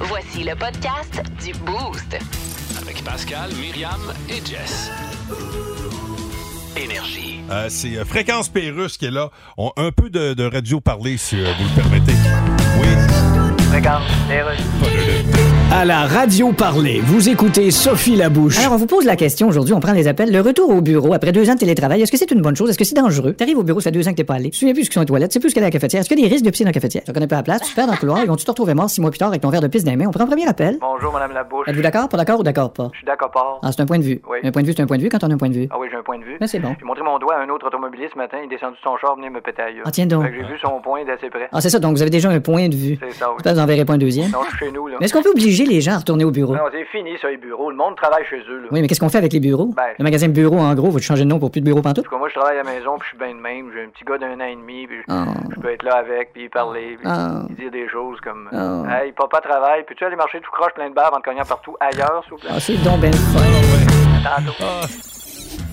Voici le podcast du Boost. Avec Pascal, Myriam et Jess. Énergie. Euh, c'est euh, Fréquence Pérus qui est là. On, un peu de, de radio parlée, si euh, vous le permettez. Oui. Regarde, À la radio parler, vous écoutez Sophie Labouche. Alors, on vous pose la question aujourd'hui, on prend les appels. Le retour au bureau après deux ans de télétravail, est-ce que c'est une bonne chose? Est-ce que c'est dangereux? T'arrives au bureau, ça fait deux ans que t'es pas allé. Tu te souviens plus ce qu'ils sont aux toilettes, tu sais plus ce qu'elle est à la cafetière. Est-ce qu'il y a des risques de pisser dans la cafetière? Tu connais pas la place, tu te perds dans le couloir, ils vont tu te retrouver mort six mois plus tard avec ton verre de pisse dans les mains. On prend un premier appel. Bonjour, Madame Labouche. Êtes-vous d'accord? Pas d'accord ou d'accord pas? Je suis d'accord. pas. Ah, c'est un point de vue. Oui. Un point de vue, c'est un point de vue quand on a un point de vue. Ah oui, j'ai un point de vue. Mais c'est bon. J'ai montré mon doigt à un autre automobiliste ce matin, il est descendu de son char, venir me péter ailleurs. Ah, tiens donc. J'ai vu son point d'assez près. Ah, c'est ça, donc vous avez déjà un point de vue. C'est ça, oui. Peut-être vous en verrez pas un deuxième. Non, je suis chez nous, là. Mais est-ce qu'on peut obliger les gens à retourner au bureau? Non, c'est fini, ça, les bureaux. Le monde travaille chez eux, là. Oui, mais qu'est-ce qu'on fait avec les bureaux? Ben- Le magasin bureau, en gros, faut changer de nom pour plus de bureau En pantoute? tout cas, moi, je travaille à la maison, puis je suis bien de même. J'ai un petit gars d'un an et demi, puis je, Ah. je peux être là avec, puis parler, puis Ah. dire des choses comme Ah. Hey, papa travaille, puis tu aller marcher tout croche plein de barres avant de cogner partout ailleurs, s'il vous plaît? Ah, c'est donc ben le fun. Tantôt.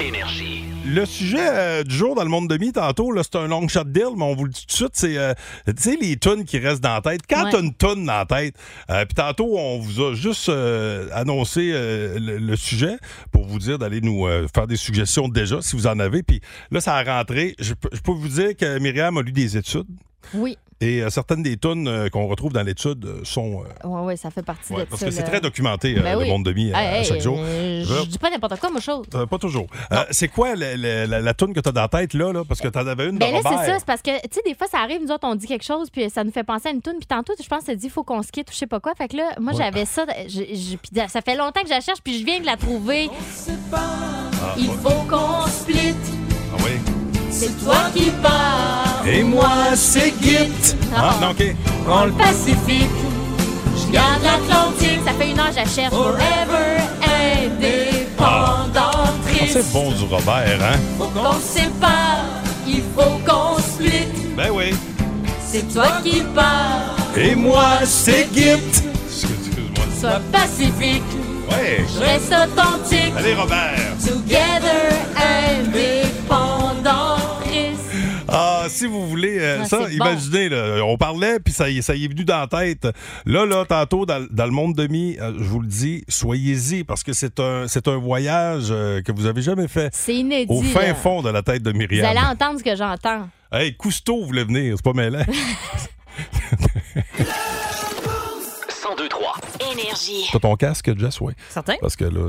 Énergie. Le sujet euh, du jour dans le monde de mi, tantôt, là, c'est un long shot deal, mais on vous le dit tout de suite, c'est euh, tu sais, les tunes qui restent dans la tête. Quand Ouais. t'as une tune dans la tête, euh, puis tantôt, on vous a juste euh, annoncé euh, le, le sujet pour vous dire d'aller nous euh, faire des suggestions déjà, si vous en avez. Puis là, ça a rentré. Je, peux- je peux vous dire que Myriam a lu des études. Oui, Et euh, certaines des tunes euh, qu'on retrouve dans l'étude euh, sont. euh, ouais, ouais, ça fait partie ouais, de parce ça, que c'est là. très documenté, euh, Ben le oui. monde de mi, Hey, euh, à hey, chaque jour. euh, Je- Je dis pas n'importe quoi, moi, chose. Euh, pas toujours. Euh, c'est quoi le- le- la, la toune que t'as dans la tête, là, là? Parce que t'en avais une Ben de là, Robert. c'est ça, c'est parce que, tu sais, des fois, ça arrive, nous autres, on dit quelque chose, puis ça nous fait penser à une toune, puis tantôt, je pense, que ça dit, faut qu'on se quitte, ou je sais pas quoi. Fait que là, moi, Ouais. j'avais ça, je- je- puis ça fait longtemps que je la cherche, puis je viens de la trouver. Il faut qu'on split, Ah oui. c'est toi qui pars. Et moi, c'est Git. Ah, Ah. non, OK. Pacifique, je garde l'Atlantique. Ça fait une heure, que je la cherche. Forever Ah, c'est bon du Robert, hein? qu'on sépare, il faut qu'on split. Ben oui. C'est toi qui pars, Et moi, c'est Git. Excuse-moi. sois pacifique, Ouais. reste authentique. Allez, Robert. Together, indépendant, Ah, si vous voulez, euh, Ah, ça, c'est bon. imaginez, là, on parlait, puis ça, y- ça y est venu dans la tête. Là, là, tantôt, dans, dans le monde de mi, euh, je vous le dis, soyez-y, parce que c'est un, c'est un voyage euh, que vous avez jamais fait. C'est inédit. Au fin là. fond de la tête de Vous allez Myriam. entendre ce que j'entends. Hey, Cousteau voulait venir, c'est pas mêlant. 1023. Énergie. T'as ton casque, Jess, oui. Certain? Parce que là,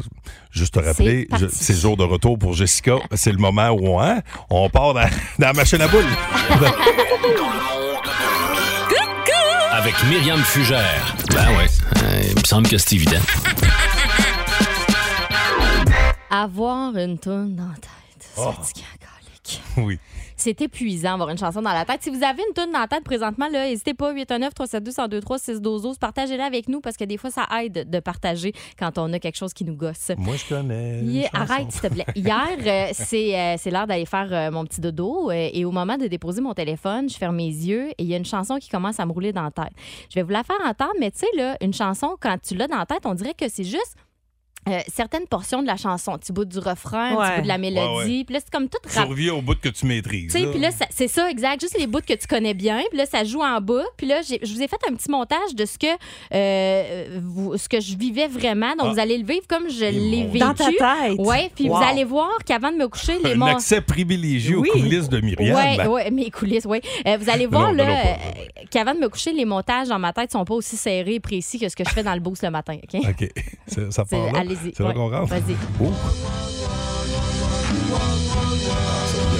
juste te rappeler, parti. je- c'est le jour de retour pour Jessica. C'est le moment où hein, on part dans, dans la machine à boules. Avec Myriam Fugère. Ben ouais. il me semble que c'est évident. Avoir une toune dans la tête, c'est Ah. fatigant, colique. oui. C'est épuisant avoir une chanson dans la tête. Si vous avez une toune dans la tête présentement, là, n'hésitez pas, 819 372 1023 612 partagez-la avec nous parce que des fois, ça aide de partager quand on a quelque chose qui nous gosse. Moi, je connais. une Yeah, chanson. arrête, s'il te plaît. Hier, euh, c'est euh, c'est l'heure d'aller faire euh, mon petit dodo euh, et au moment de déposer mon téléphone, je ferme mes yeux et il y a une chanson qui commence à me rouler dans la tête. Je vais vous la faire entendre, mais tu sais, là, une chanson, quand tu l'as dans la tête, on dirait que c'est juste. euh, certaines portions de la chanson, un petit bout du refrain, un Ouais. petit bout de la mélodie. Ouais, Puis là, c'est comme tout Tu rap- reviens au bout que tu maîtrises. tu sais, puis là, ça- c'est ça, exact. Juste les bouts que tu connais bien. Puis là, ça joue en bas. Puis là, j'ai- je vous ai fait un petit montage de ce que, euh, vous- ce que je vivais vraiment. Donc, Ah. vous allez le vivre comme je l'ai mon vécu. Dieu. Dans ta tête. Oui, puis Wow. vous allez voir qu'avant de me coucher, les un mon- accès privilégié Oui. aux coulisses de Myriam. Ben, Ouais, ouais, mes coulisses, oui. vous allez voir Non, là, non, non, pas. euh, qu'avant de me coucher, les montages dans ma tête sont pas aussi serrés et précis que ce que je fais dans le boost le matin. OK? OK. Ça, ça C'est- part là. Allez-y. Ah, C'est là ouais. qu'on rentre. Vas-y. Oh.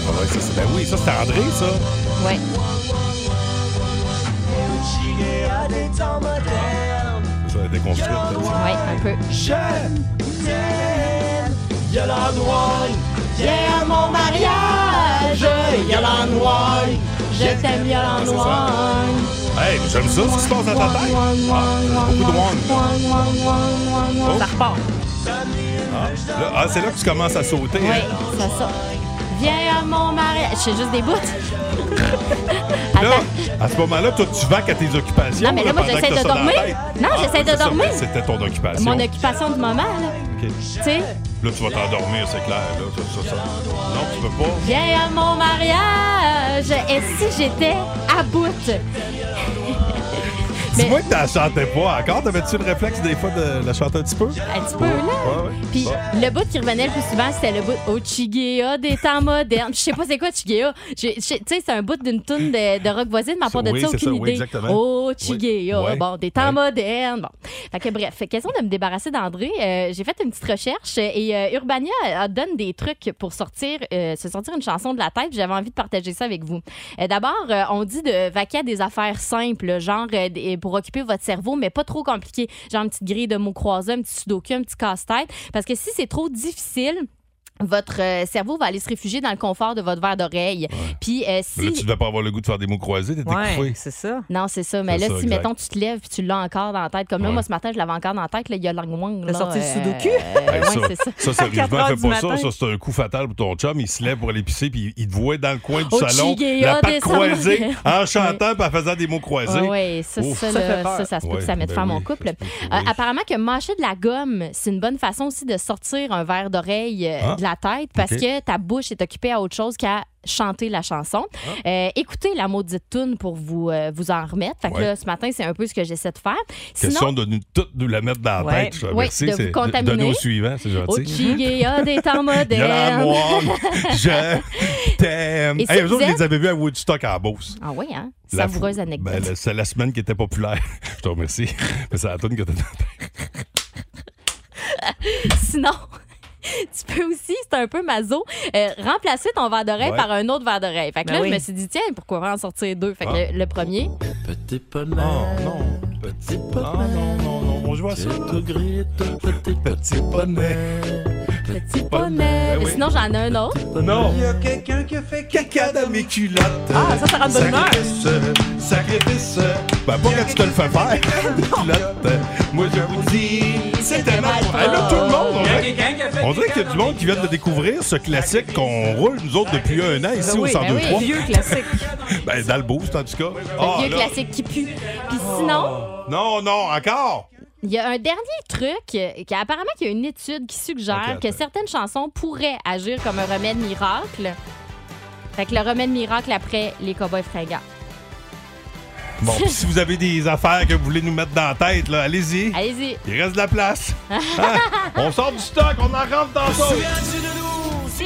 Ah ouais, ça, c'est- ben oui, ça, c'est André, ça. Ouais. Ça a été construit. là. Ouais, un peu. Je t'aime, Yolande c'est ça. Wang. Hey, j'aime ça, ce qui se passe dans ta tête. Ah, beaucoup de wang. Oh. Ça repart. Là, ah, c'est là que tu commences à sauter. Oui, hein. ça sort. Viens à mon mariage. Je sais juste des bouts. Là, à ce moment-là, toi, tu vaques à tes occupations. Non, mais là, moi, pendant que j'essaie t'as de ça dans la dormir. tête. Ah, Non, j'essaie de c'est ça, dormir. C'était ton occupation. Mon occupation du moment, là. OK. Tu sais, Là, tu vas t'endormir, c'est clair. Là. Ça, ça, ça. Non, tu peux pas. viens à mon mariage. Et si j'étais à bout? Mais- Dis-moi que t'en chantais pas encore. T'avais-tu le réflexe des fois de la chanter un petit peu? Un petit peu, là. Ouais, ouais. Puis le bout qui revenait le plus souvent, c'était le bout au Chiguea des temps modernes. Je sais pas c'est quoi Chiguea. J'ai- j'ai- Tu sais, c'est un bout d'une toune de, de rock voisine, mais à part de Oui, ça, c'est aucune ça, oui, idée. exactement. oh, Chiguea. Oui. Bon, des temps Oui. modernes. Bon. Fait que bref, question de me débarrasser d'André. euh, J'ai fait une petite recherche euh, et euh, Urbania euh, donne des trucs pour sortir, euh, se sortir une chanson de la tête. J'avais envie de partager ça avec vous. Euh, D'abord, euh, on dit de vaquer à des affaires simples, genre euh, des- pour occuper votre cerveau, mais pas trop compliqué. Genre une petite grille de mots croisés, un petit sudoku, un petit casse-tête. Parce que si c'est trop difficile, votre euh, cerveau va aller se réfugier dans le confort de votre verre d'oreille. Puis euh, Là, tu si. devais pas avoir le goût de faire des mots croisés. T'étais Ouais, couffé. c'est ça. Non, c'est ça. Mais là, C'est ça, si, exact. mettons, tu te lèves puis tu l'as encore dans la tête, comme là, Ouais. moi, ce matin, je l'avais encore dans la tête, là, il y a l'angouin. T'as là, sorti le euh, euh, sudoku? Hey, ouais, ça- c'est ça. Ça, sérieusement, heures fais du pas ça. matin. Ça, c'est un coup fatal pour ton chum. Il se lève pour aller pisser, puis il te voit dans le coin du Au salon, Chiguea la patte des croisée, Saint-Martin. en chantant, puis en faisant des mots croisés. Ah ouais, ça, Ouf. ça, Ça là, fait peur. ça, ça se peut Ouais, que ça mette ben fin à mon oui, couple. ça se peut que Euh, oui. apparemment que mâcher de la gomme, c'est une bonne façon aussi de sortir un verre d'oreille euh, Ah. de la tête parce Ok. que ta bouche est occupée à autre chose qu'à chanter la chanson. Ah. Euh, écoutez la maudite tune pour vous, euh, vous en remettre. Fait que Ouais. là, ce matin, c'est un peu ce que j'essaie de faire. Sinon, Question de nous toutes nous la mettre dans la Ouais. tête. Je- Ouais, Merci. de vous c'est- contaminer. Donner au suivant, c'est au gentil. Chiguea des temps modernes. Yolande Moine, je t'aime. Et si Hey, eux vous autres, je êtes- les avais vus à Woodstock en Beauce. Ah oui, hein? La Savoureuse fou- anecdote. Ben, la- c'est la semaine qui était populaire. Je te remercie. Mais c'est la toune que t'as Sinon, tu peux aussi, c'est un peu mazo, euh, remplacer ton verre d'oreille Ouais. par un autre verre d'oreille. Fait que Ben là, oui. je me suis dit, tiens, pourquoi pas en sortir deux? Fait que Ah. le, le premier, Petit Oh bonheur, non, petit bonheur. Ah, Non, non, non, non, je vois ça. te gritte, petit Petit bonnet. petit bonnet. bonnet. Ben oui. Sinon, j'en ai un autre. Non. Il y a quelqu'un qui a fait caca dans mes culottes. Ah, ça, ça rend de bonne humeur. Sacrifice, sacrifice. Ben, pas quand tu te le fais faire. Culotte. Moi, je vous dis, c'était mal. Hey, là, tout le monde, on dirait, on dirait qu'il y a du monde qui vient de découvrir ce classique qu'on roule, nous autres, depuis un an ici Ben au oui, ben 102.3. oui. Vieux classique. Ben, dans ah le boost, en tout cas. Ah, Vieux là. Ah. classique qui pue. Puis sinon, Non, non, encore. il y a un dernier truc. euh, qui- apparemment, il y a une étude qui suggère Ok, que attends. certaines chansons pourraient agir comme un remède miracle. Fait que le remède miracle après les cowboys fringants. Bon, pis si vous avez des affaires que vous voulez nous mettre dans la tête, là, allez-y. Allez-y. Il reste de la place. Hein? On sort du stock, on en rentre dans ça. Si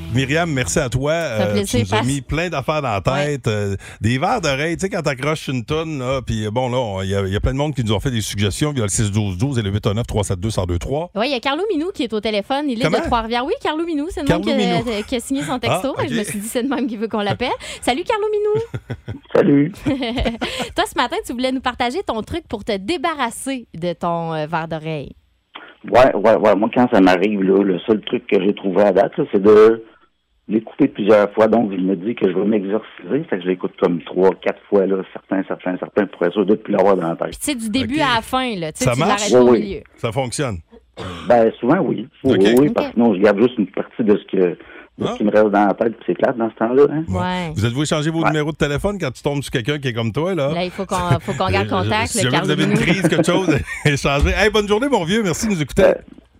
Myriam, merci à toi. Euh, plaisir, tu nous as passe. mis plein d'affaires dans la tête. euh, des verres d'oreille, tu sais, quand t'accroches une tonne, là, puis euh, bon, là, on- il y, a- il y a plein de monde qui nous ont fait des suggestions. Il y a le 6-12-12 et le 819-372-1023. Oui, il y a Carlo Minou qui est au téléphone. Il est Comment? de Trois-Rivières. Oui, Carlo Minou, c'est le Carlo nom qui a, Minou. qui a signé son texto. Ah, ok. Je me suis dit, c'est le même qui veut qu'on l'appelle. Salut, Carlo Minou. Salut. Toi, ce matin, tu voulais nous partager ton truc pour te débarrasser de ton euh, verre d'oreille. Ouais, ouais, ouais. Moi, quand ça m'arrive, là, le seul truc que j'ai trouvé à date, là, c'est de l'écouter plusieurs fois. Donc, je me dis que je vais m'exorciser. Fait que je l'écoute comme trois, quatre fois, là, certains, certains, certains, pour être sûr de ne plus l'avoir dans la Puis, tête. tu sais, du début Ok. à la fin, là. Tu sais, Ça tu marche? l'arrêtes pas au Oui, oui. milieu. Ça fonctionne. Ben, souvent, oui. Oui, Ok. oui, oui, Ok. parce que sinon, je garde juste une partie de ce, que, de ce Ah. qui me reste dans la tête, puis c'est clair dans ce temps-là. Hein? Bon. Ouais. Vous êtes-vous échangé vos Ouais. numéros de téléphone quand tu tombes sur quelqu'un qui est comme toi, là? Là, il faut qu'on faut qu'on garde Euh, je- contact, Si le jamais vous Carlo avez une Minou. crise, quelque chose, échangez. Hey, bonne journée, mon vieux. Merci de nous écouter. Euh,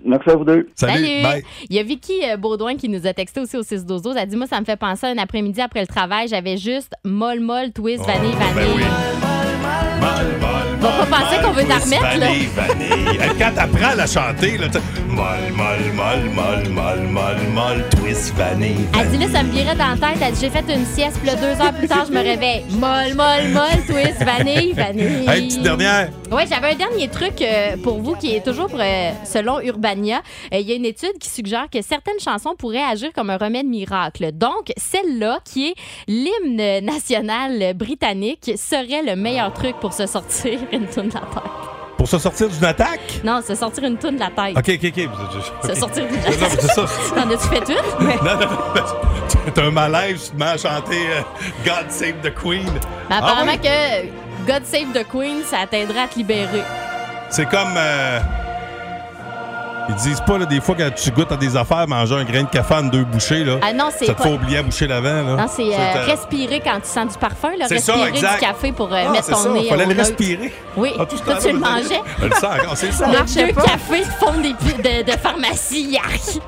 merci à vous deux. Salut. Salut. Bye. Il y a Vicky euh, Baudouin qui nous a texté aussi au 6 12 Elle dit Moi, ça me fait penser à un après-midi après le travail. J'avais juste molle, molle, twist, vanille, Oh, ben vanille. oui. Mal, mal, Va mal, pas penser mal, qu'on veut t'en pousse, remettre, là. vanille, vanille. Hey, Quand t'apprends à la chanter, là, tu mal, mal, mal, mal, mal, mal, mal, twist, vanille. Elle dit là, ça me virait dans la tête. Elle dit j'ai fait une sieste, puis là, deux heures plus tard, je me réveille. Molle, molle, molle, twist, vanille, vanille. Hey, petite dernière. Ouais, j'avais un dernier truc euh, pour vous qui est toujours euh, selon Urbania. Euh, Il y a une étude qui suggère que certaines chansons pourraient agir comme un remède miracle. Donc, celle-là, qui est l'hymne national britannique, serait le meilleur truc pour se sortir une tourne de la tête. Pour se sortir d'une attaque? Non, se sortir une toune de la tête. OK, OK, OK. Vous êtes- Se ok. sortir d'une Non, mais c'est ça. T'en as-tu fait une? Non, non, mais c'est- T'as un malaise, tu te mets à chanter euh, God Save the Queen. Mais Ah Ben, apparemment oui? que God Save the Queen, ça t'aidera à te libérer. C'est comme. euh, ils disent pas, là, des fois, quand tu goûtes à des affaires, manger un grain de café en deux bouchées, là. Ah non, c'est Ça te pas- fait oublier à boucher l'avant, là. Non, c'est euh, euh, respirer quand tu sens du parfum, là, c'est ça, respirer exact. du café pour euh, Ah, mettre c'est ton ça, nez. fallait au le neutre. respirer. Oui, Ah, tout ce toi, temps-là, tu le vous avez- mangeais. Je le sens encore, c'est ça. Les marchait deux pas. cafés font des pi- de, de pharmacie, yark.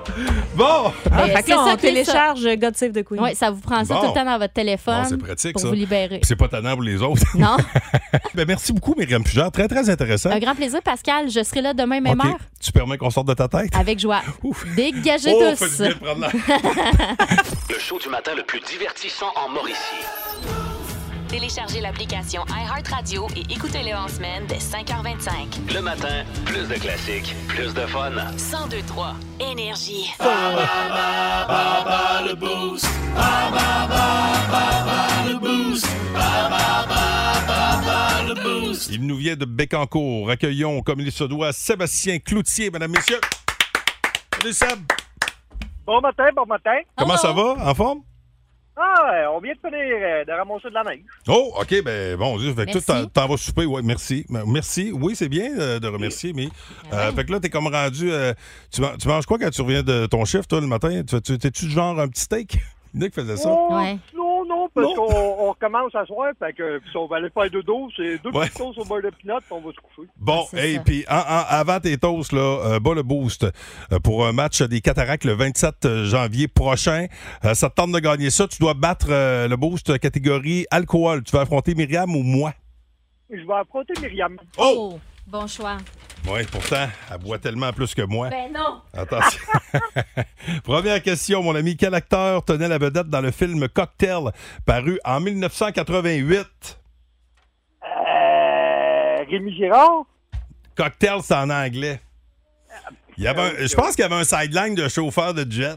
Bon! Euh, Fait que c'est là, ça on que les- ça. télécharge God Save the Queen. Oui, ça vous prend ça Bon. tout le temps dans votre téléphone Bon, c'est pratique, pour ça. vous libérer. Puis c'est pas tannant pour les autres. Non, Ben, merci beaucoup, Myriam Fugère. Très, très intéressant. un grand plaisir, Pascal. Je serai là demain même OK. heure Tu permets qu'on sorte de ta tête? avec joie. Ouf. Dégagez Oh, fait du tous. bien de prendre l'air. Le show du matin le plus divertissant en Mauricie. Téléchargez l'application iHeartRadio et écoutez-le en semaine dès 5h25. Le matin, plus de classiques, plus de fun. 1023 Énergie. Il nous vient de Bécancourt. Accueillons, comme il se doit, Sébastien Cloutier, mesdames, messieurs. Salut, Seb. Bon matin, bon matin. Comment Hello. ça va? En forme? Ah, on vient de finir de ramasser de la neige. Oh, OK, ben bon, Dieu, fait que toi, Merci. t'en- t'en vas souper, oui, merci. Ben, Merci, oui, c'est bien euh, de remercier, mais... euh, fait que là, t'es comme rendu... euh, tu, man- tu manges quoi quand tu reviens de ton chiffre, toi, le matin? Tu- tu- T'es-tu du genre un petit steak? Nick faisait ça. Oh, Ouais. Non, non, parce Non. qu'on on commence à soir, fait que puis on va aller faire deux doses, c'est deux Ouais. petites doses au beurre de pinot, puis on va se coucher. Bon, Ah, c'est et ça. puis en- en- avant tes toasts, là, euh, bas le boost euh, pour un match des Cataractes le 27 janvier prochain. Euh, ça te tente de gagner ça. Tu dois battre euh, le boost catégorie alcool. Tu vas affronter Myriam ou moi? Je vais affronter Myriam. Oh, bon choix. Oui, Oh! pourtant, elle boit tellement plus que moi. Ben non. Attention. Première question, mon ami. Quel acteur tenait la vedette dans le film Cocktail, paru en 1988? Euh, Rémi Girard? Cocktail, c'est en anglais. Il y avait un- je pense qu'il y avait un sideline de chauffeur de jet.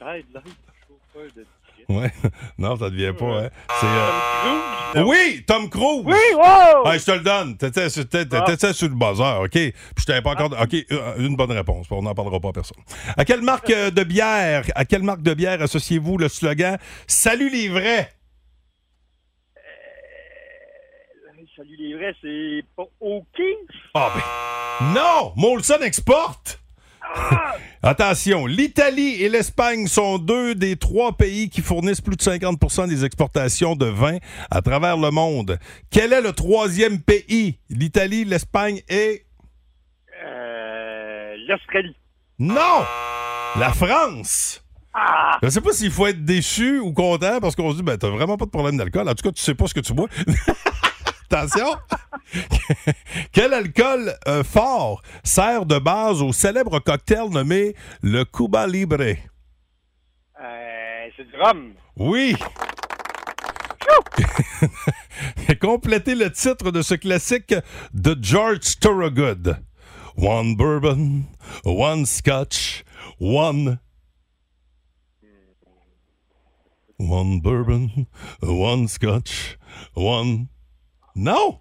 Ça aide là, chauffeur de ticket. Ouais. Non, ça devient pas, hein. C'est. euh, Oui, Tom Cruise! Ah. Oui, wow! Ah, je te le donne. T'étais sur, t'étais- Ah. t'étais sur le buzzer, OK? Puis je t'avais pas encore. OK, euh, une bonne réponse. On n'en parlera pas à personne. À quelle marque euh, de bière, à quelle marque de bière associez-vous le slogan Salut les vrais? Euh, Salut les vrais, c'est pas OK? Ah, ben. Non! Molson Export! Attention, l'Italie et l'Espagne sont deux des trois pays qui fournissent plus de 50 des exportations de vin à travers le monde. Quel est le troisième pays? L'Italie, l'Espagne et... Euh, L'Australie. Non! La France! Je sais pas s'il faut être déçu ou content parce qu'on se dit, ben, t'as vraiment pas de problème d'alcool. En tout cas, tu sais pas ce que tu bois. Attention! Quel alcool euh, fort sert de base au célèbre cocktail nommé le Cuba Libre? Euh, c'est du rhum. Oui! Complétez le titre de ce classique de George Thorogood. One bourbon, one scotch, one. One bourbon, one scotch, one. Non!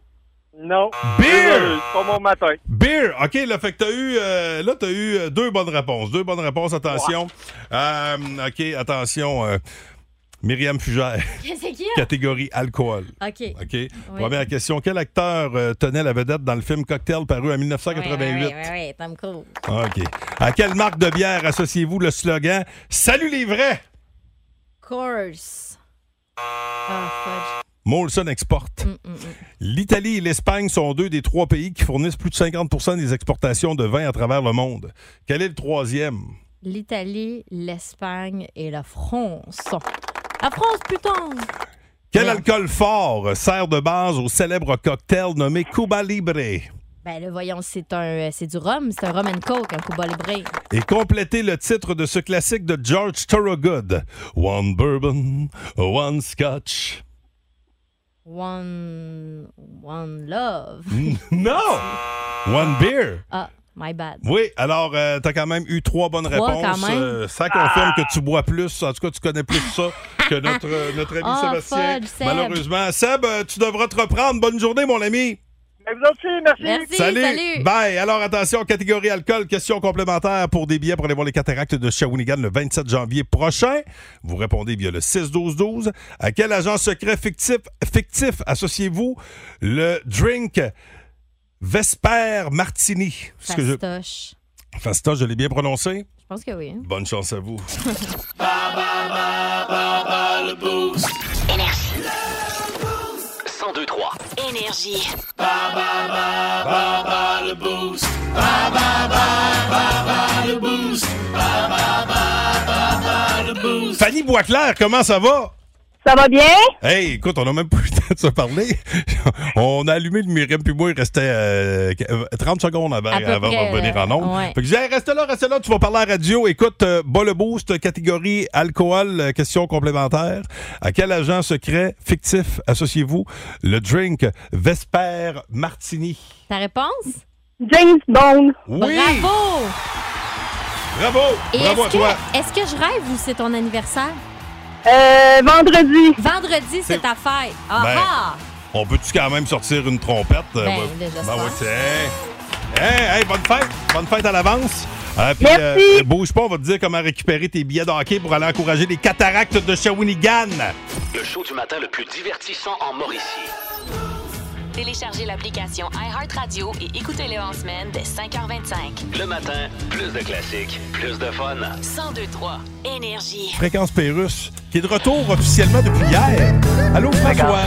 Non. Beer! C'est pas mon matin. Beer, OK, là, fait que t'as eu, euh, là, t'as eu euh, deux bonnes réponses. Deux bonnes réponses, attention. Euh, OK, attention. euh, Myriam Fugère, C'est qui? hein? catégorie alcool. OK. OK. Première question. Quel acteur euh, tenait la vedette dans le film Cocktail paru en Oui, 1988? oui, oui, Tom Cruise. OK. À quelle marque de bière associez-vous le slogan Salut les vrais? Course. Ah, Molson Export. fudge. Mm, mm, mm. L'Italie et l'Espagne sont deux des trois pays qui fournissent plus de 50 des exportations de vin à travers le monde. Quel est le troisième? L'Italie, l'Espagne et la France. La France, putain! Quel Merde. alcool fort sert de base au célèbre cocktail nommé Cuba Libre? Ben là, voyons, c'est un, euh, c'est du rhum, c'est un rum and coke, un Cuba Libre. Et complétez le titre de ce classique de George Thorogood. One bourbon, one scotch. One, one love. Non! One beer. Ah, my bad. Oui, alors, euh, t'as quand même eu trois bonnes Trois, réponses. quand même. Euh, ça confirme que tu bois plus. En tout cas, tu connais plus ça que notre, euh, notre ami Oh, Sébastien. fudge, Seb. Malheureusement. Seb, euh, tu devras te reprendre. Bonne journée, mon ami. vous autres aussi, merci. Merci, Salut. salut. Bye! Alors attention, catégorie alcool, question complémentaire pour des billets pour aller voir les cataractes de Shawinigan le 27 janvier prochain. Vous répondez via le 6-12-12. À quel agent secret fictif, fictif associez-vous le drink Vesper Martini? Est-ce que je- Fastoche. Fastoche, je l'ai bien prononcé? Je pense que oui. hein. Bonne chance à vous. Énergie. 102 3. Énergie. Fanny Boisclair, comment ça va? Ça va bien? Hey, écoute, on n'a même pas eu le temps de se parler. on a allumé le Myriam, puis moi, il restait euh, 30 secondes avant, À peu avant près, de revenir en ondes. ouais. Fait que j'ai dit, Hey, reste là, reste là, tu vas parler à la radio. Écoute, euh, bas le boost, catégorie alcool, euh, question complémentaire. À quel agent secret fictif associez-vous le drink Vesper Martini? Ta réponse? James Bond. Oui! Bravo! Bravo! Et Bravo à est-ce toi! que, est-ce que je rêve ou c'est ton anniversaire? Euh, vendredi. Vendredi, c'est ta fête. Ah Ben, ah! On peut-tu quand même sortir une trompette? Euh, Ben, ouais. là, j'espère. Ben ouais, c'est- hey, hey, bonne fête! Bonne fête à l'avance! Euh, puis, Merci. euh, bouge pas, on va te dire comment récupérer tes billets de hockey pour aller encourager les cataractes de Shawinigan. Le show du matin le plus divertissant en Mauricie. Téléchargez l'application iHeartRadio et écoutez-le en semaine dès 5h25. Le matin, plus de classiques, plus de fun. 1023 Énergie. Fréquence Pérusse, qui est de retour officiellement depuis hier. Allô, François?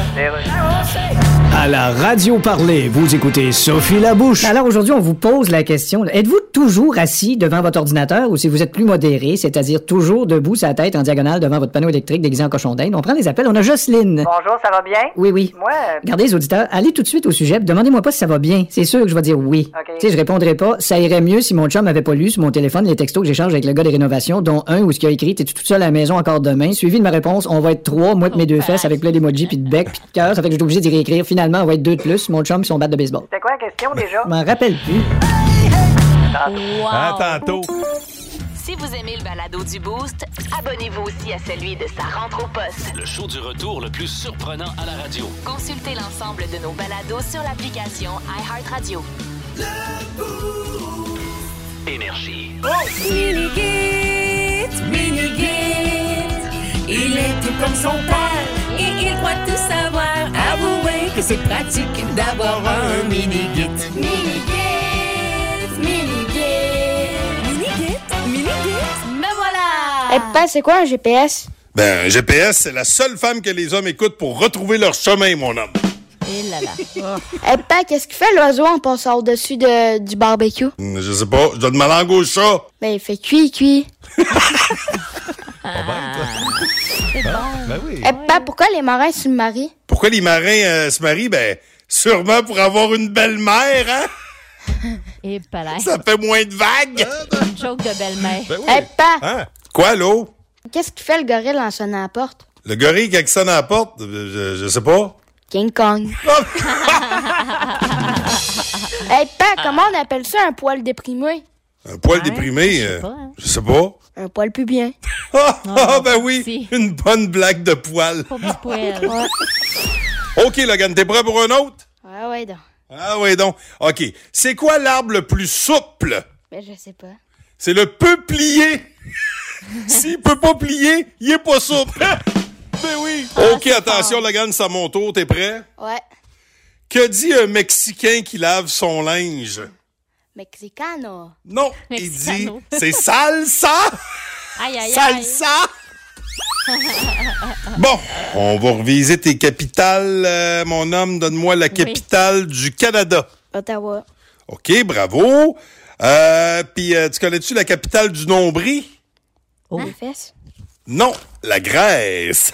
À la radio parler, vous écoutez Sophie Labouche. Alors aujourd'hui, on vous pose la question. là. Êtes-vous toujours assis devant votre ordinateur ou si vous êtes plus modéré, c'est-à-dire toujours debout, sa tête en diagonale devant votre panneau électrique déguisé en cochon d'Inde? On prend les appels. On a Jocelyne. Bonjour, ça va bien? Oui, oui. Moi, euh, Regardez les auditeurs, allez tout de suite au sujet, puis demandez-moi pas si ça va bien. C'est sûr que je vais dire oui. OK. Tu sais, je répondrai pas. Ça irait mieux si mon chum avait pas lu sur mon téléphone les textos que j'échange avec le gars des rénovations, dont un où ce qu'il a écrit T'es toute seule à la maison encore demain. Suivi de ma réponse, on va être trois, moi de mes deux Oh, fesses avec plein d'emojis puis de bec puis de cœur. Ça fait que je suis obligé d'y réécrire. Finalement, on va être deux de plus, mon chum puis son bat de baseball. c'était quoi la question déjà? Je m'en rappelle plus. Wow! À tantôt. Si vous aimez le balado du Boost, abonnez-vous aussi à celui de sa rentre au poste. Le show du retour le plus surprenant à la radio. Consultez l'ensemble de nos balados sur l'application iHeartRadio. Énergie. Oh! Il est tout comme son père et il croit tout savoir. Avouez que c'est pratique d'avoir un mini-git. Mini-git, mini-git. Mini-git, mini-git. Me Eh voilà! c'est quoi un GPS? Ben, GPS, c'est la seule femme que les hommes écoutent pour retrouver leur chemin, mon homme. Et là là. Eh, pas qu'est-ce qu'il fait l'oiseau en passant au-dessus de, du barbecue? Je sais pas, je donne ma langue au chat. Ben, il fait cuit, cuit. Ah. Ah, Ben oui. Eh, pas pourquoi les marins se marient? Pourquoi les marins euh, se marient? Ben, sûrement pour avoir une belle-mère, hein? Et palais. Ça fait moins de vagues. Eh, Une joke de belle-mère. Ah, Ben oui. Eh, pas Hein? Quoi, l'eau? qu'est-ce qu'il fait le gorille en sonnant à la porte? Le gorille, quand il sonne à la porte, euh, je, je sais pas. King Kong. Eh, pas comment on appelle ça un poil déprimé? Un poil Ouais, déprimé, je sais euh, pas, hein. je sais pas. Un poil pubien. Ah, ah, ben oui, si. une bonne blague de poil. Pour du poêle. Oh. OK, Logan, t'es prêt pour un autre? Ouais, ouais, donc. Ah oui, donc. OK. C'est quoi l'arbre le plus souple? Ben, je sais pas. C'est le peu plié. S'il peut pas plier, il est pas souple. Ah, ben oui. OK, attention, Logan, c'est à mon tour. T'es prêt? Ouais. Que dit un Mexicain qui lave son linge? Mexicano. Non, Mexicano. il dit c'est salsa! Aïe, aïe, aïe. Salsa! bon, on va reviser tes capitales. Euh, mon homme, donne-moi la capitale du Canada. Ottawa. OK, bravo. Euh, Puis, euh, tu connais-tu la capitale du nombril? Oh. Les fesses. Non, la Grèce.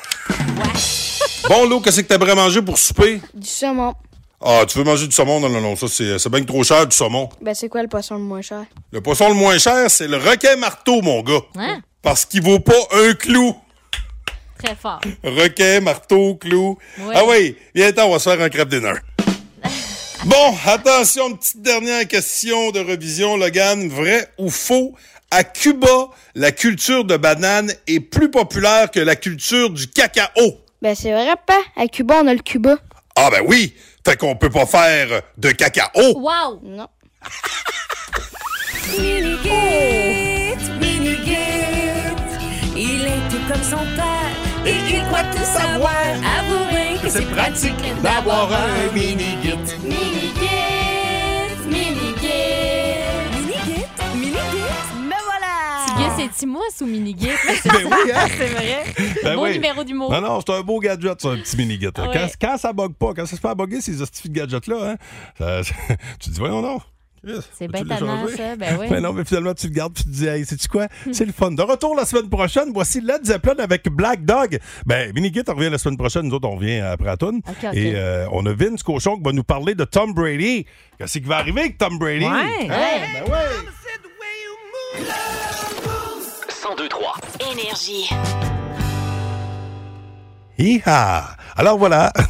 bon, l'eau, qu'est-ce que t'aimerais manger pour souper? Du saumon. Ah, tu veux manger du saumon? Non, non, non, ça, c'est c'est bien que trop cher, du saumon. Ben, c'est quoi le poisson le moins cher? Le poisson le moins cher, c'est le requin marteau, mon gars. Hein? Parce qu'il vaut pas un clou. Très fort. Requin, marteau, clou. Oui. Ah oui, viens on va se faire un crêpe dinner. bon, attention, une petite dernière question de revision, Logan. Vrai ou faux? À Cuba, la culture de banane est plus populaire que la culture du cacao. Ben, c'est vrai, pas. À Cuba, on a le Cuba. Ah ben oui! Fait qu'on peut pas faire de cacao. Wow! Non. Minigit, Minigit, il est tout comme son père et il croit tout savoir. Avouez que c'est pratique d'avoir un Minigit. Minigit, Minigit, Minigit, Minigit, me Guy, Ah. voilà. c'est Timos ou Minigit? C'est Ben oui, hein? c'est vrai. Ben Beau oui. numéro d'humour. Non, non, c'est un beau gadget, ça, un petit mini guette. Ouais. Quand, quand ça bug pas, quand ça se fait bugger, ces hosties de gadgets-là, hein, ça- tu te dis, voyons, non. C'est bien tannant, ça. Ben oui. Hmm. Mais non, mais finalement, tu le gardes puis tu te dis, hey, sais-tu quoi? C'est le fun. De retour la semaine prochaine, voici Led Zeppelin avec Black Dog. Ben, Minigit, on revient la semaine prochaine. Nous autres, on revient après la toune. Ok, ok. Et euh, on a Vince Cochon qui va nous parler de Tom Brady. Qu'est-ce qui va arriver avec Tom Brady? Ouais. Hein? Ouais. Ben ouais. 1023. Énergie. Hi-ha! Alors voilà.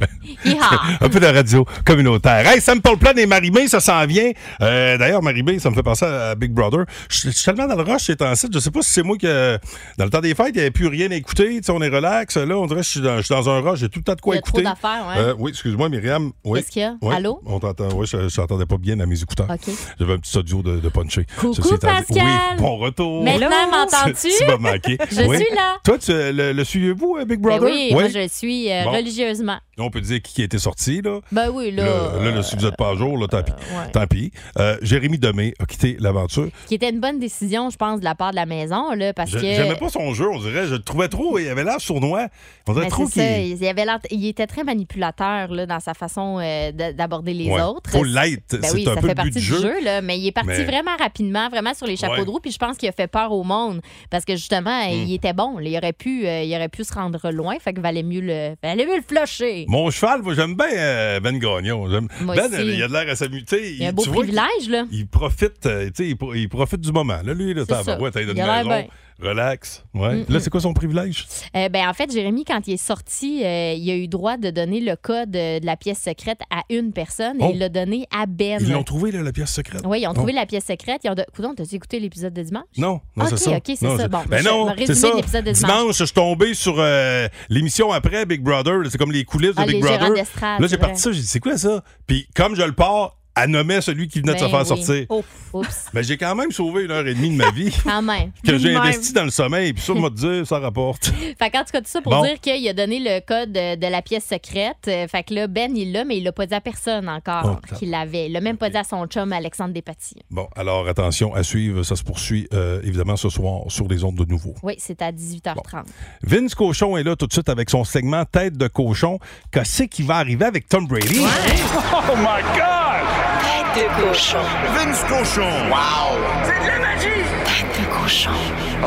Hi-ha! Un peu de radio communautaire. Hey, Sample Plan et Marimé, ça s'en vient. Euh, D'ailleurs, Marimé, ça me fait penser à Big Brother. Je je suis tellement dans le rush ces temps-ci. Je sais pas si c'est moi que. Dans le temps des fêtes, il n'y avait plus rien à écouter. Tu sais, on est relax. Là, on dirait que je suis dans, je suis dans un rush. J'ai tout le temps de Il quoi y a trop écouter. d'affaires, ouais. Euh, oui, excuse-moi, Myriam. Oui. Qu'est-ce qu'il y a? Oui, Allô? On t'entend. Oui, je je t'entendais pas bien à mes écouteurs. OK. J'avais un petit audio de, de puncher. Coucou, Ceci étant dit- Pascal! Oui, bon retour. Maintenant, Hello! m'entends-tu? Tu m'as manqué. Je Oui. suis là. Toi, tu euh, le, le suivez-vous, euh, Big Ben Brother? oui, moi, je le suis euh, Bon. religieusement. On peut dire qui qui était sorti, là. Ben oui, là. Là, là, euh, là, si vous n'êtes pas à jour, là, tant pis. ouais. Tant pis. Euh, Jérémy Demé a quitté l'aventure. Qui était une bonne décision, je pense, de la part de la maison, là, parce Je- que. J'aimais pas son jeu, on dirait. Je le trouvais trop. Il avait l'air sournois. On dirait Ben, trop c'est ça, qu'il. il, avait l'air- il était très manipulateur là, dans sa façon euh, d'a- d'aborder les Ouais. autres. Faut l'être, Ben c'est oui, un ça peu fait le but partie du du jeu. jeu, là, mais il est parti Mais- vraiment rapidement, vraiment sur les chapeaux Ouais. Hmm. de roue, puis je pense qu'il a fait peur au monde parce que justement, il était bon. là, il, aurait pu, euh, il aurait pu se rendre loin, fait que valait mieux le, valait mieux le flusher. Mon cheval, moi, j'aime bien euh, Ben Gagnon. J'aime- Moi Ben, aussi. euh, il a de l'air à s'amuter. Il a un beau tu vois qu'il- privilège, là. Il profite, euh, tu sais, il, pro- il profite du moment. Là, lui, là, C'est t'as ça. ouais, t'as hein, une Il a l'air maison, bien. Mm, relax. Ouais. Mm-mm. Là, c'est quoi son privilège? Euh, ben, en fait, Jérémy, quand il est sorti, euh, il a eu droit de donner le code euh, de la pièce secrète à une personne et Oh. il l'a donné à Ben. Ils l'ont trouvé, là, la pièce secrète. Oui, ils ont Non. trouvé la pièce secrète. Ils ont de... Coudon, t'as-tu écouté l'épisode de dimanche? Non, non, Ok, c'est ça. ok, c'est Non, ça. c'est- Bon, ben je- non, je vais c'est résumer ça. l'épisode de dimanche. je suis tombé sur euh, l'émission après Big Brother. là, C'est comme les coulisses Ah, de Big les Brother. gérants d'estrade, euh, Là, j'ai c'est parti vrai. ça, j'ai dit, c'est quoi ça? Puis comme je le pars, elle nommait celui qui venait de se Ben faire oui. sortir. Oh, oups, Mais j'ai quand même sauvé une heure et demie de ma vie quand même. que j'ai Même. investi dans le sommeil. Puis ça, on m'a dit, ça rapporte. Fait qu'en tout cas, tout ça pour Bon. dire qu'il a donné le code euh, de la pièce secrète. Euh, Fait que là, Ben, il l'a, mais il l'a pas dit à personne encore Oh, ça- qu'il l'avait. Il l'a même pas dit à son chum Alexandre Despatie. Bon, alors attention à suivre. Ça se poursuit euh, évidemment ce soir sur les ondes de nouveau. Oui, c'est à 18h30. Vince Cochon est là tout de suite avec son segment Tête de cochon. Qu'est-ce qui va arriver avec Tom Brady? Oh my God! Tête de cochon. Vince cochon. Wow. C'est de la magie! Tête de cochon.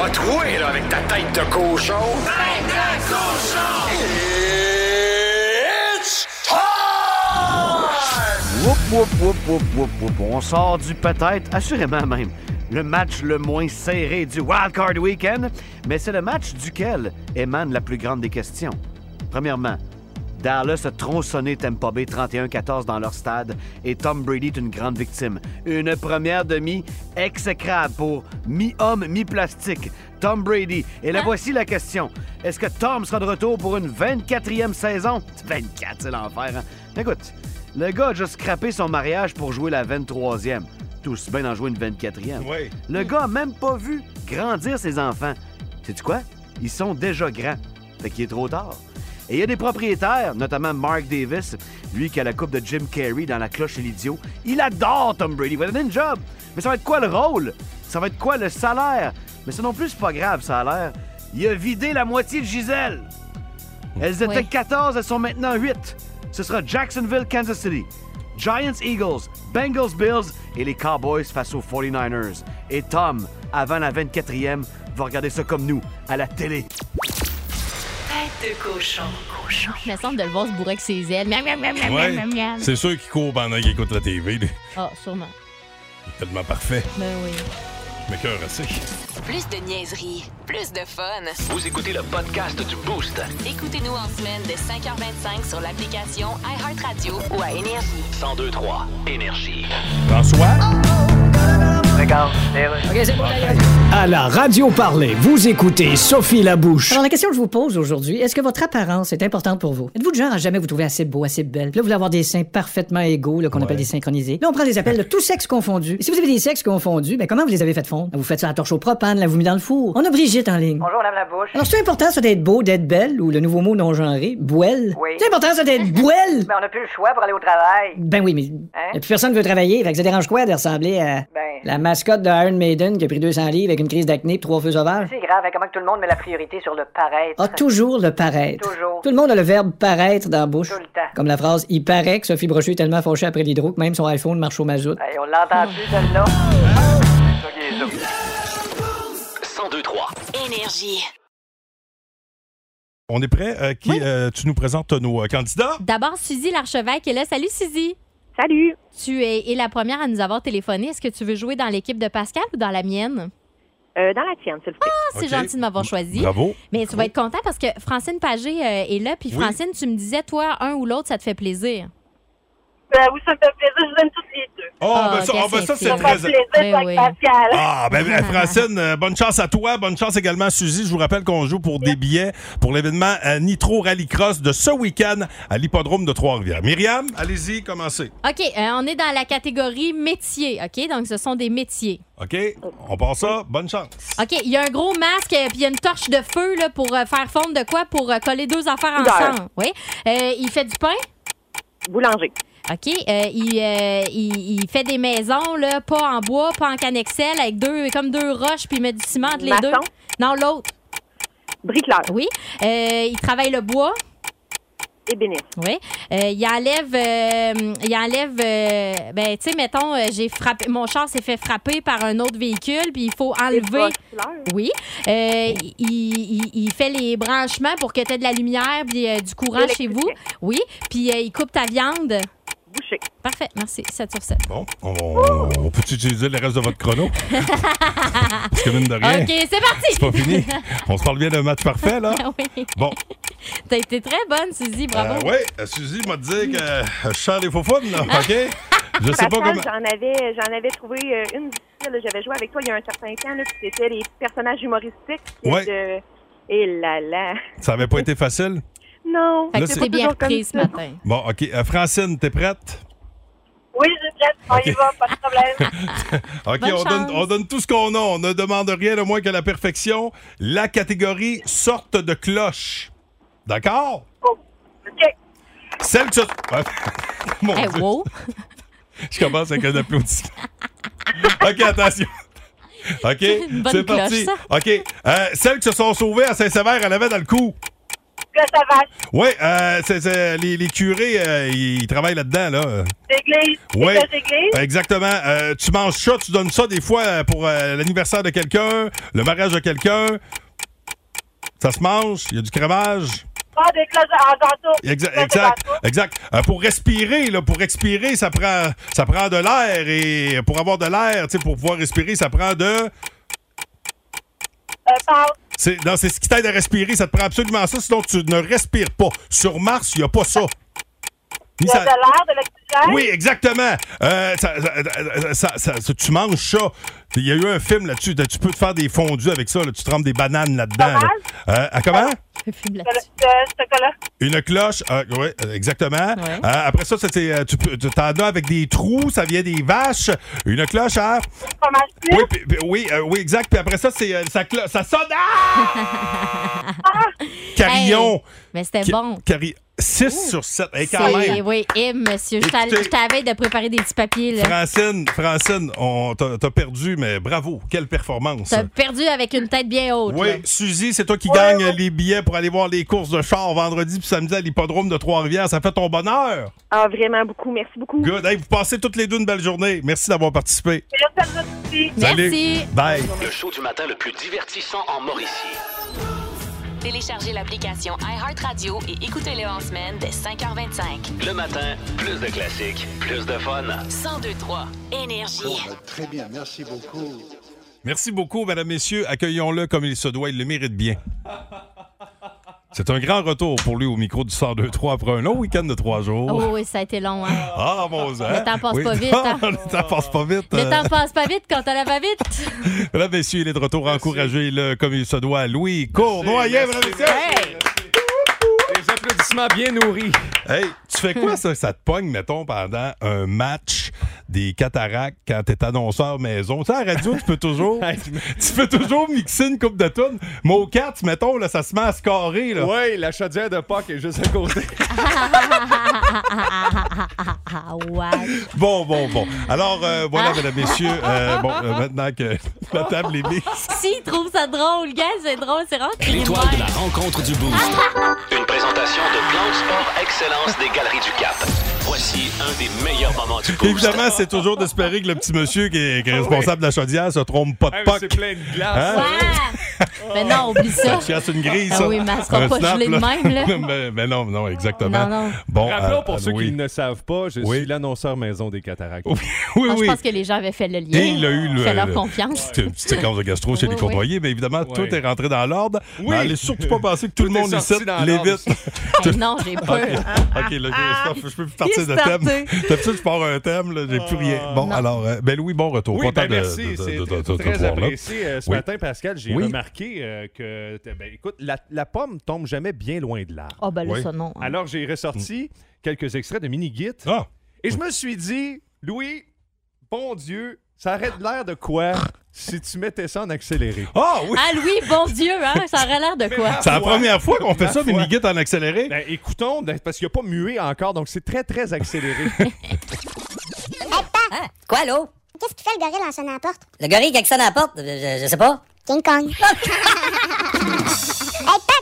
Ah, toi, là, avec ta tête de cochon. Tête de cochon! It's time! Whoop, whoop, whoop, whoop, whoop, whoop. On sort du peut-être, assurément même, le match le moins serré du Wild Card Weekend, mais c'est le match duquel émane la plus grande des questions. Premièrement, Dallas a tronçonné Tampa Bay 31-14 dans leur stade et Tom Brady est une grande victime. Une première demi exécrable pour mi-homme, mi-plastique. Tom Brady. Et là, voici la question. Est-ce que Tom sera de retour pour une 24e saison? 24, c'est l'enfer, hein? Écoute, le gars a juste scrappé son mariage pour jouer la 23e. Tous bien en jouer une 24e. Oui. Le gars a même pas vu grandir ses enfants. Sais-tu quoi? Ils sont déjà grands. Fait qu'il est trop tard. Et il y a des propriétaires, notamment Mark Davis, lui qui a la coupe de Jim Carrey dans La cloche et l'idiot. Il adore Tom Brady. Il va donner une job. Mais ça va être quoi le rôle? Ça va être quoi le salaire? Mais ça non plus, c'est pas grave, ça a l'air. Il a vidé la moitié de Gisèle. Elles étaient Oui. 14, elles sont maintenant 8. Ce sera Jacksonville, Kansas City, Giants, Eagles, Bengals, Bills et les Cowboys face aux 49ers. Et Tom, avant la 24e, va regarder ça comme nous, à la télé. Tête de cochon. Cochon. Il me semble de le voir se bourrer avec ses ailes. Miam, miam, miam, miam, Ouais. miam, miam. C'est sûr qu'il court pendant qu'il écoute la TV. lui. Ah, sûrement. Il est tellement parfait. Ben oui. Je m'écoeure assez. Plus de niaiserie, plus de fun. Vous écoutez le podcast du Boost. Écoutez-nous en semaine de 5h25 sur l'application iHeartRadio ou à Énergie. 1023. Énergie. François? OK, c'est bon, ta gueule. À la radio parler, vous écoutez Sophie Labouche. Alors, la question que je vous pose aujourd'hui, est-ce que votre apparence est importante pour vous? Êtes-vous de genre à jamais vous trouver assez beau, assez belle? Puis Là, vous voulez avoir des seins parfaitement égaux, là, qu'on appelle des synchronisés. Là, on prend des appels de tous sexes confondus. Et si vous avez des sexes confondus, ben, comment vous les avez fait fondre? Vous faites ça à la torche au propane, là, vous mis dans le four. On a Brigitte en ligne. Bonjour, Madame la bouche. Alors, c'est important, ça, d'être beau, d'être belle, ou le nouveau mot non-genré, bouelle? Oui. C'est important, ça, d'être bouelle? Mais Ben, on n'a plus le choix pour aller au travail. Ben oui, mais Hein? et puis personne veut travailler, fait que ça dérange quoi de ressembler à Ben. la mascotte de Iron Maiden qui a pris 200 livres avec une crise d'acné et trois feux sauvages? C'est grave, hein, comment que tout le monde met la priorité sur le paraître. A toujours le paraître. Toujours. Tout le monde a le verbe paraître dans la bouche. Tout le temps. Comme la phrase Il paraît que Sophie Brochu est tellement fauchée après l'hydro que même son iPhone marche au mazout. Hey, Ben, on l'entend Hmm. plus, celle-là. 1023. Énergie. On est prêt? Euh, qui, euh, tu nous présentes nos euh, candidats? D'abord, Suzy Larchevêque est là. Salut, Suzy. Salut. Tu es, es la première à nous avoir téléphoné. Est-ce que tu veux jouer dans l'équipe de Pascal ou dans la mienne? dans la tienne, c'est le Ah, c'est Ok. gentil de m'avoir choisi. bravo. Mais tu vas être content parce que Francine Pagé euh, est là. Puis Oui. Francine, tu me disais, toi, un ou l'autre, ça te fait plaisir. Ben oui, ça me fait plaisir. Je vous aime toutes les deux. Oh, ben ça, ok, ah, ben ça, c'est Ça me très. fait plaisir Eh avec Pascal. Ah, ben, ben, Francine, euh, bonne chance à toi. Bonne chance également à Suzy. Je vous rappelle qu'on joue pour des billets pour l'événement euh, Nitro Rallycross de ce week-end à l'hippodrome de Trois-Rivières. Myriam, allez-y, commencez. OK, euh, on est dans la catégorie métier. OK, donc ce sont des métiers. OK? On part ça. Bonne chance. OK, il y a un gros masque et puis il y a une torche de feu là, pour euh, faire fondre de quoi pour euh, coller deux affaires Coudeur. ensemble. Oui. Euh, il fait du pain? Boulanger. OK. euh, il, euh, il- il fait des maisons, là, pas en bois, pas en canexel, avec deux, comme deux roches, puis il met du ciment entre les Maçon. deux. Non, l'autre. Bricoleur. Oui. Euh, il travaille le bois. Ébéniste. Oui. Euh, il enlève. euh, il enlève. euh, ben, tu sais, mettons, euh, j'ai frappé. Mon char s'est fait frapper par un autre véhicule, puis il faut enlever. Oui. Euh, il, il- il fait les branchements pour que tu aies de la lumière, puis euh, du courant chez vous. Oui. Puis euh, il coupe ta viande. Boucher. Parfait. Merci. 7 sur 7. Bon, on, on- on peut utiliser le reste de votre chrono? Parce que mine de rien. OK, c'est parti. C'est pas fini. On se parle bien d'un match parfait, là? oui. Bon. T'as été très bonne, Suzy. Bravo. oui, Suzy m'a dit que euh, je chante les faux OK? Je sais pas Pascal, comment. J'en avais, j'en avais trouvé euh, une difficile. là. J'avais joué avec toi il y a un certain temps. là, puis C'était les personnages humoristiques. puis Ouais. de- Et là là. Ça avait pas été facile? Non. Fait que Là, t'es c'est pas bien toujours comme reprise ce ça. matin. Bon, OK. Euh, Francine, t'es prête? Oui, je suis prête. On y Ok. va, pas de problème. OK, Bonne on donne, chance. on donne tout ce qu'on a. On ne demande rien de moins que la perfection. La catégorie sorte de cloche. D'accord? OK. Celle que. Ah, Mon Hey, Dieu. Eh, wow. Je commence avec un applaudissement. OK, attention. OK, Une bonne c'est parti. cloche, OK, euh, celles qui se sont sauvées à Saint-Sever, elle avait dans le coup. Que ça va. Oui, euh, c'est- c'est- les, les curés, euh, ils, ils travaillent là-dedans, là. J'église. Oui, Église, église. exactement. Euh, tu manges ça, tu donnes ça des fois euh, pour euh, l'anniversaire de quelqu'un, le mariage de quelqu'un. Ça se mange, il y a du crémage. Pas des cloches en tantôt. Exa- exact, exact. Euh, pour respirer, là, pour expirer, ça prend, ça prend de l'air et pour avoir de l'air, tu sais, pour pouvoir respirer, ça prend Euh, de. C'est, non, c'est ce qui t'aide à respirer, ça te prend absolument ça, sinon tu ne respires pas. Sur Mars, il n'y a pas ça. Il Ni y a ça- de l'air, de l'oxygène. Oui, exactement. Euh, ça- ça- ça- ça- ça- tu manges ça. Il y a eu un film là-dessus. Tu peux te faire des fondus avec ça. là. Tu trempes des bananes là-dedans. là. Euh, à comment? chocolat. Une cloche, euh, ouais, euh, exactement. Euh, après ça, c'était, euh, tu peux- tu t'en as avec des trous, ça vient des vaches. Une cloche à. Oui, puis- puis- oui, euh, oui, exact. Puis après ça, c'est euh, ça, clo- ça sonne. Ah! Carillon. Hey, mais c'était Ca- bon. Carri- 6 sur 7. quand C'est- même. Oui, et monsieur, je t'avais Écoutez. je t'avais de préparer des petits papiers. là. Francine, Francine, on t'a t'as perdu, mais bravo. Quelle performance. T'as perdu avec une tête bien haute. Oui, là. Suzy, c'est toi qui gagne les billets pour aller voir les courses de char vendredi puis samedi à l'hippodrome de Trois-Rivières. Ça fait ton bonheur. Ah, vraiment beaucoup. Merci beaucoup. Good. Hey, vous passez toutes les deux une belle journée. Merci d'avoir participé. Merci à vous aussi. Salut. Bye. Le show du matin le plus divertissant en Mauricie. Téléchargez l'application iHeartRadio et écoutez-le en semaine dès 5h25. Le matin, plus de classiques, plus de fun. 1023 Énergie. Très bien, merci beaucoup. Merci beaucoup, mesdames, messieurs. Accueillons-le comme il se doit. Il le mérite bien. C'est un grand retour pour lui au micro du 102-3 après un long week-end de trois jours. Oh oui, ça a été long. Hein? Ah, mon Dieu! Le temps passe Oui. pas vite, hein? le temps passe pas vite. Le Euh, temps passe pas vite quand on la va vite. Mesdames, messieurs, il est de retour à encourager le, comme il se doit, Louis Merci, Cournoyer. mesdames, merci, messieurs. merci. Des applaudissements bien nourris. Hey, tu fais quoi ça? Ça te pogne, mettons, pendant un match des cataractes quand t'es annonceur maison. Tu sais, à la radio, tu peux toujours tu peux toujours mixer une coupe de tonnes. Mais au 4, mettons, là, ça se met à se carrer. Là. Oui, la chaudière de Pâques est juste à côté. ouais. Bon, bon, bon. Alors, euh, voilà, mesdames, Ah. messieurs, euh, bon, euh, maintenant que la table est mise. S'il trouve ça drôle, gars, c'est drôle, c'est rare. L'étoile de la rencontre du Boost. Une présentation de Plan de Sport Excellence des Galeries du Cap. Voici un des meilleurs moments du Boost. Évidemment, c'est toujours d'espérer que le petit monsieur qui est, qui est responsable de la chaudière se trompe pas de poc. Ah C'est plein de glace. Hein? Mais non, oublie ça. Ça chasse une grise, Ah ça. oui, mais elle sera Un pas snap, gelée de là. même, là. mais, mais non, non, exactement. Non, non. Bon, Rappelons euh, pour euh, ceux oui. qui ne savent pas, je suis l'annonceur maison des cataractes. Oui, Ah, oui. Je pense que les gens avaient fait le lien. Et il a eu le. Fait leur le- confiance. Petite petite séquence de gastro Oui, chez les oui. cournoyers, mais évidemment, tout est rentré dans l'ordre. Oui. Mais allez surtout pas penser que tout, le monde est ici sorti dans l'ordre. l'évite. Hey, non, j'ai OK, peur. OK, là, j'ai- stop, je peux plus partir Il de est thème. starté. D'habitude, je pars un thème, là, j'ai plus rien. Bon, alors, euh, ben Louis, bon retour. Ah. Oui, Content ben de- merci. de- de- C'est de- de- de- de te très voir là. apprécié. Euh, Ce Oui. matin, Pascal, j'ai Oui. remarqué euh, que, t'as- ben, écoute, la, la pomme tombe jamais bien loin de l'arbre. Ah, ben là, Oui. ça, hein. non. Alors, j'ai ressorti Mm. quelques extraits de mini-git. Ah. Et je me suis dit, Louis, bon Dieu, ça aurait de l'air de quoi si tu mettais ça en accéléré? Ah Ah, Louis, bon Dieu, hein, ça aurait l'air de quoi? C'est la première fois qu'on fait Ma ça, foi. mini-guide en accéléré. Ben, écoutons, ben, parce qu'il n'y a pas muet encore, donc c'est très, très accéléré. Quoi, l'eau? Qu'est-ce qu'il fait le gorille en sonnant à la porte? Le gorille qui actionne à la porte, euh, je, je sais pas. King Kong. hey, père,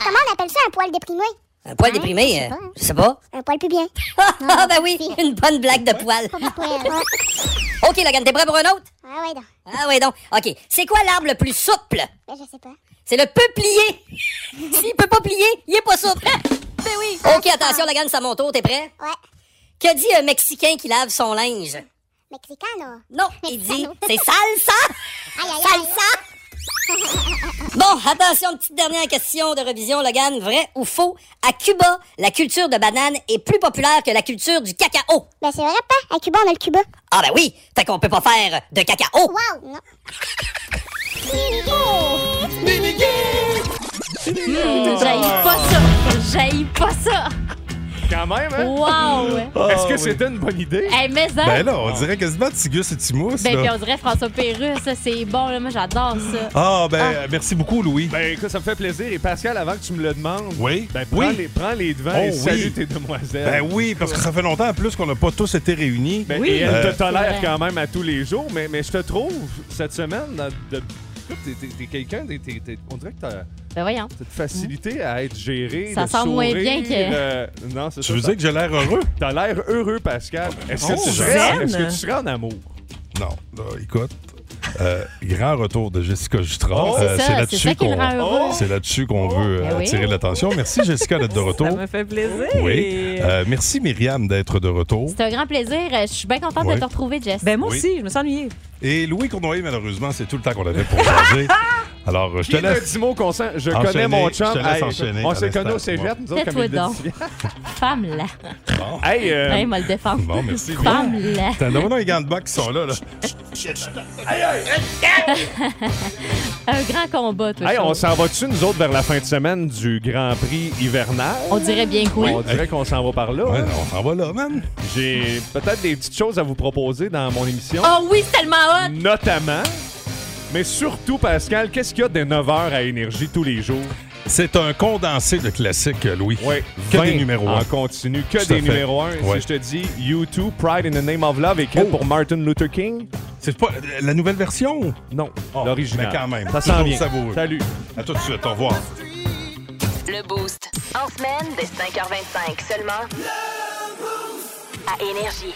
comment on appelle ça un poil déprimé? Hein? Un poil déprimé, euh, je sais pas. Un poil pubien. Ah, ben oui, une bonne blague de poil. OK, Logan, t'es prêt pour un autre? hein. Ah ouais, donc. Ah ouais donc, OK. C'est quoi l'arbre le plus souple? Ben, je sais pas. C'est le peuplier. S'il peut pas plier, il est pas souple. ben oui. OK, attention, Logan, c'est à mon tour, t'es prêt? Ouais. Que dit un Mexicain qui lave son linge? Mexicano. Non, il dit, c'est salsa! Aïe, aïe, aïe. Salsa! Bon, attention, une petite dernière question de revision, Logan. Vrai ou faux? À Cuba, la culture de banane est plus populaire que la culture du cacao. Ben, c'est vrai, pas. À Cuba, on a le Cuba. Ah ben oui, fait qu'on peut pas faire de cacao. Wow! Non. Hum, j'haïs pas ça. J'haïs pas ça. Quand même, hein? Wow. Est-ce que c'était une bonne idée? Ah. Hey, mais ça. Mmh. Ah, Ben là, on dirait quasiment Tigus et Timous. Ben, là. puis on dirait François Pérusse, ça, c'est bon, là. Moi, j'adore ça. Ah, ben, merci beaucoup, Louis. Ben, écoute, ça me fait plaisir. Et Pascal, avant que tu me le demandes, Oui. ben, prends, Oui. les, prends les devants Oh, et salue oui. tes demoiselles. Ben oui, parce que ça fait longtemps en plus qu'on n'a pas tous été réunis. Ben, Et elle Euh, te tolère quand même à tous les jours, mais, mais je te trouve cette semaine dans- de. écoute, t'es- T'es t'es quelqu'un, t'es- t'es- t'es- on dirait que t'as Ben, voyons. t'as de facilité à être géré. Ça le sent moins sourire, bien que- le- Non, c'est Tu ça, veux ça- dire que j'ai l'air heureux? T'as l'air heureux, Pascal. Est-ce que, Oh, tu zen. serais, est-ce que tu serais en amour? Non, là, écoute. euh, grand retour de Jessica Jutras. Oh, c'est ça, c'est c'est ça là-dessus qui le qu'on rend heureux. Oh, c'est là-dessus qu'on veut euh, Ben oui. attirer l'attention. Merci Jessica d'être de retour. Ça me fait plaisir. Oui. Euh, merci Myriam d'être de retour. C'est un grand plaisir. Euh, Je suis bien contente Ouais. de te retrouver, Jess. Ben, moi Oui. aussi, je me sens ennuyée. Et Louis Cournoyer, malheureusement, c'est tout le temps qu'on avait pour changer. Alors, euh, je Qui te est le laisse. petit mot qu'on sent? Je Enchaîner, connais mon chum. je te laisse Hey, enchaîner, on à s'est connus au l'instant. cégep, nous autres, comme Tais-toi il donc. dit. Femme là. Bon. Hey, euh, Ben, il m'a le défendre. Bon, merci. Louis. Femme là. T'as demandé les gants de boxe qui sont là. là. Un grand combat, toi. Hey, on Charles. s'en va-tu, nous autres, vers la fin de semaine du Grand Prix hivernal? On dirait bien que oui. On dirait qu'on s'en va par là. Ouais, on s'en va là, man. J'ai peut-être des petites choses à vous proposer dans mon émission. Oh oui, c'est tellement hot! Notamment, mais surtout, Pascal, qu'est-ce qu'il y a de 9h à Énergie tous les jours? C'est un condensé de classiques, euh, Louis. Oui. Que des numéros En un. continu, que Tout à des fait. numéros 1. Ouais. Oh. Si je te dis U2, Pride in the Name of Love, écrit pour Martin Luther King. C'est pas euh, la nouvelle version? Non, Oh, Mais l'original. quand même. Ça s'en toujours vient. savoureux. Salut. À tout de suite. Au revoir. Le Boost. En semaine, dès 5h25 seulement. À Énergie.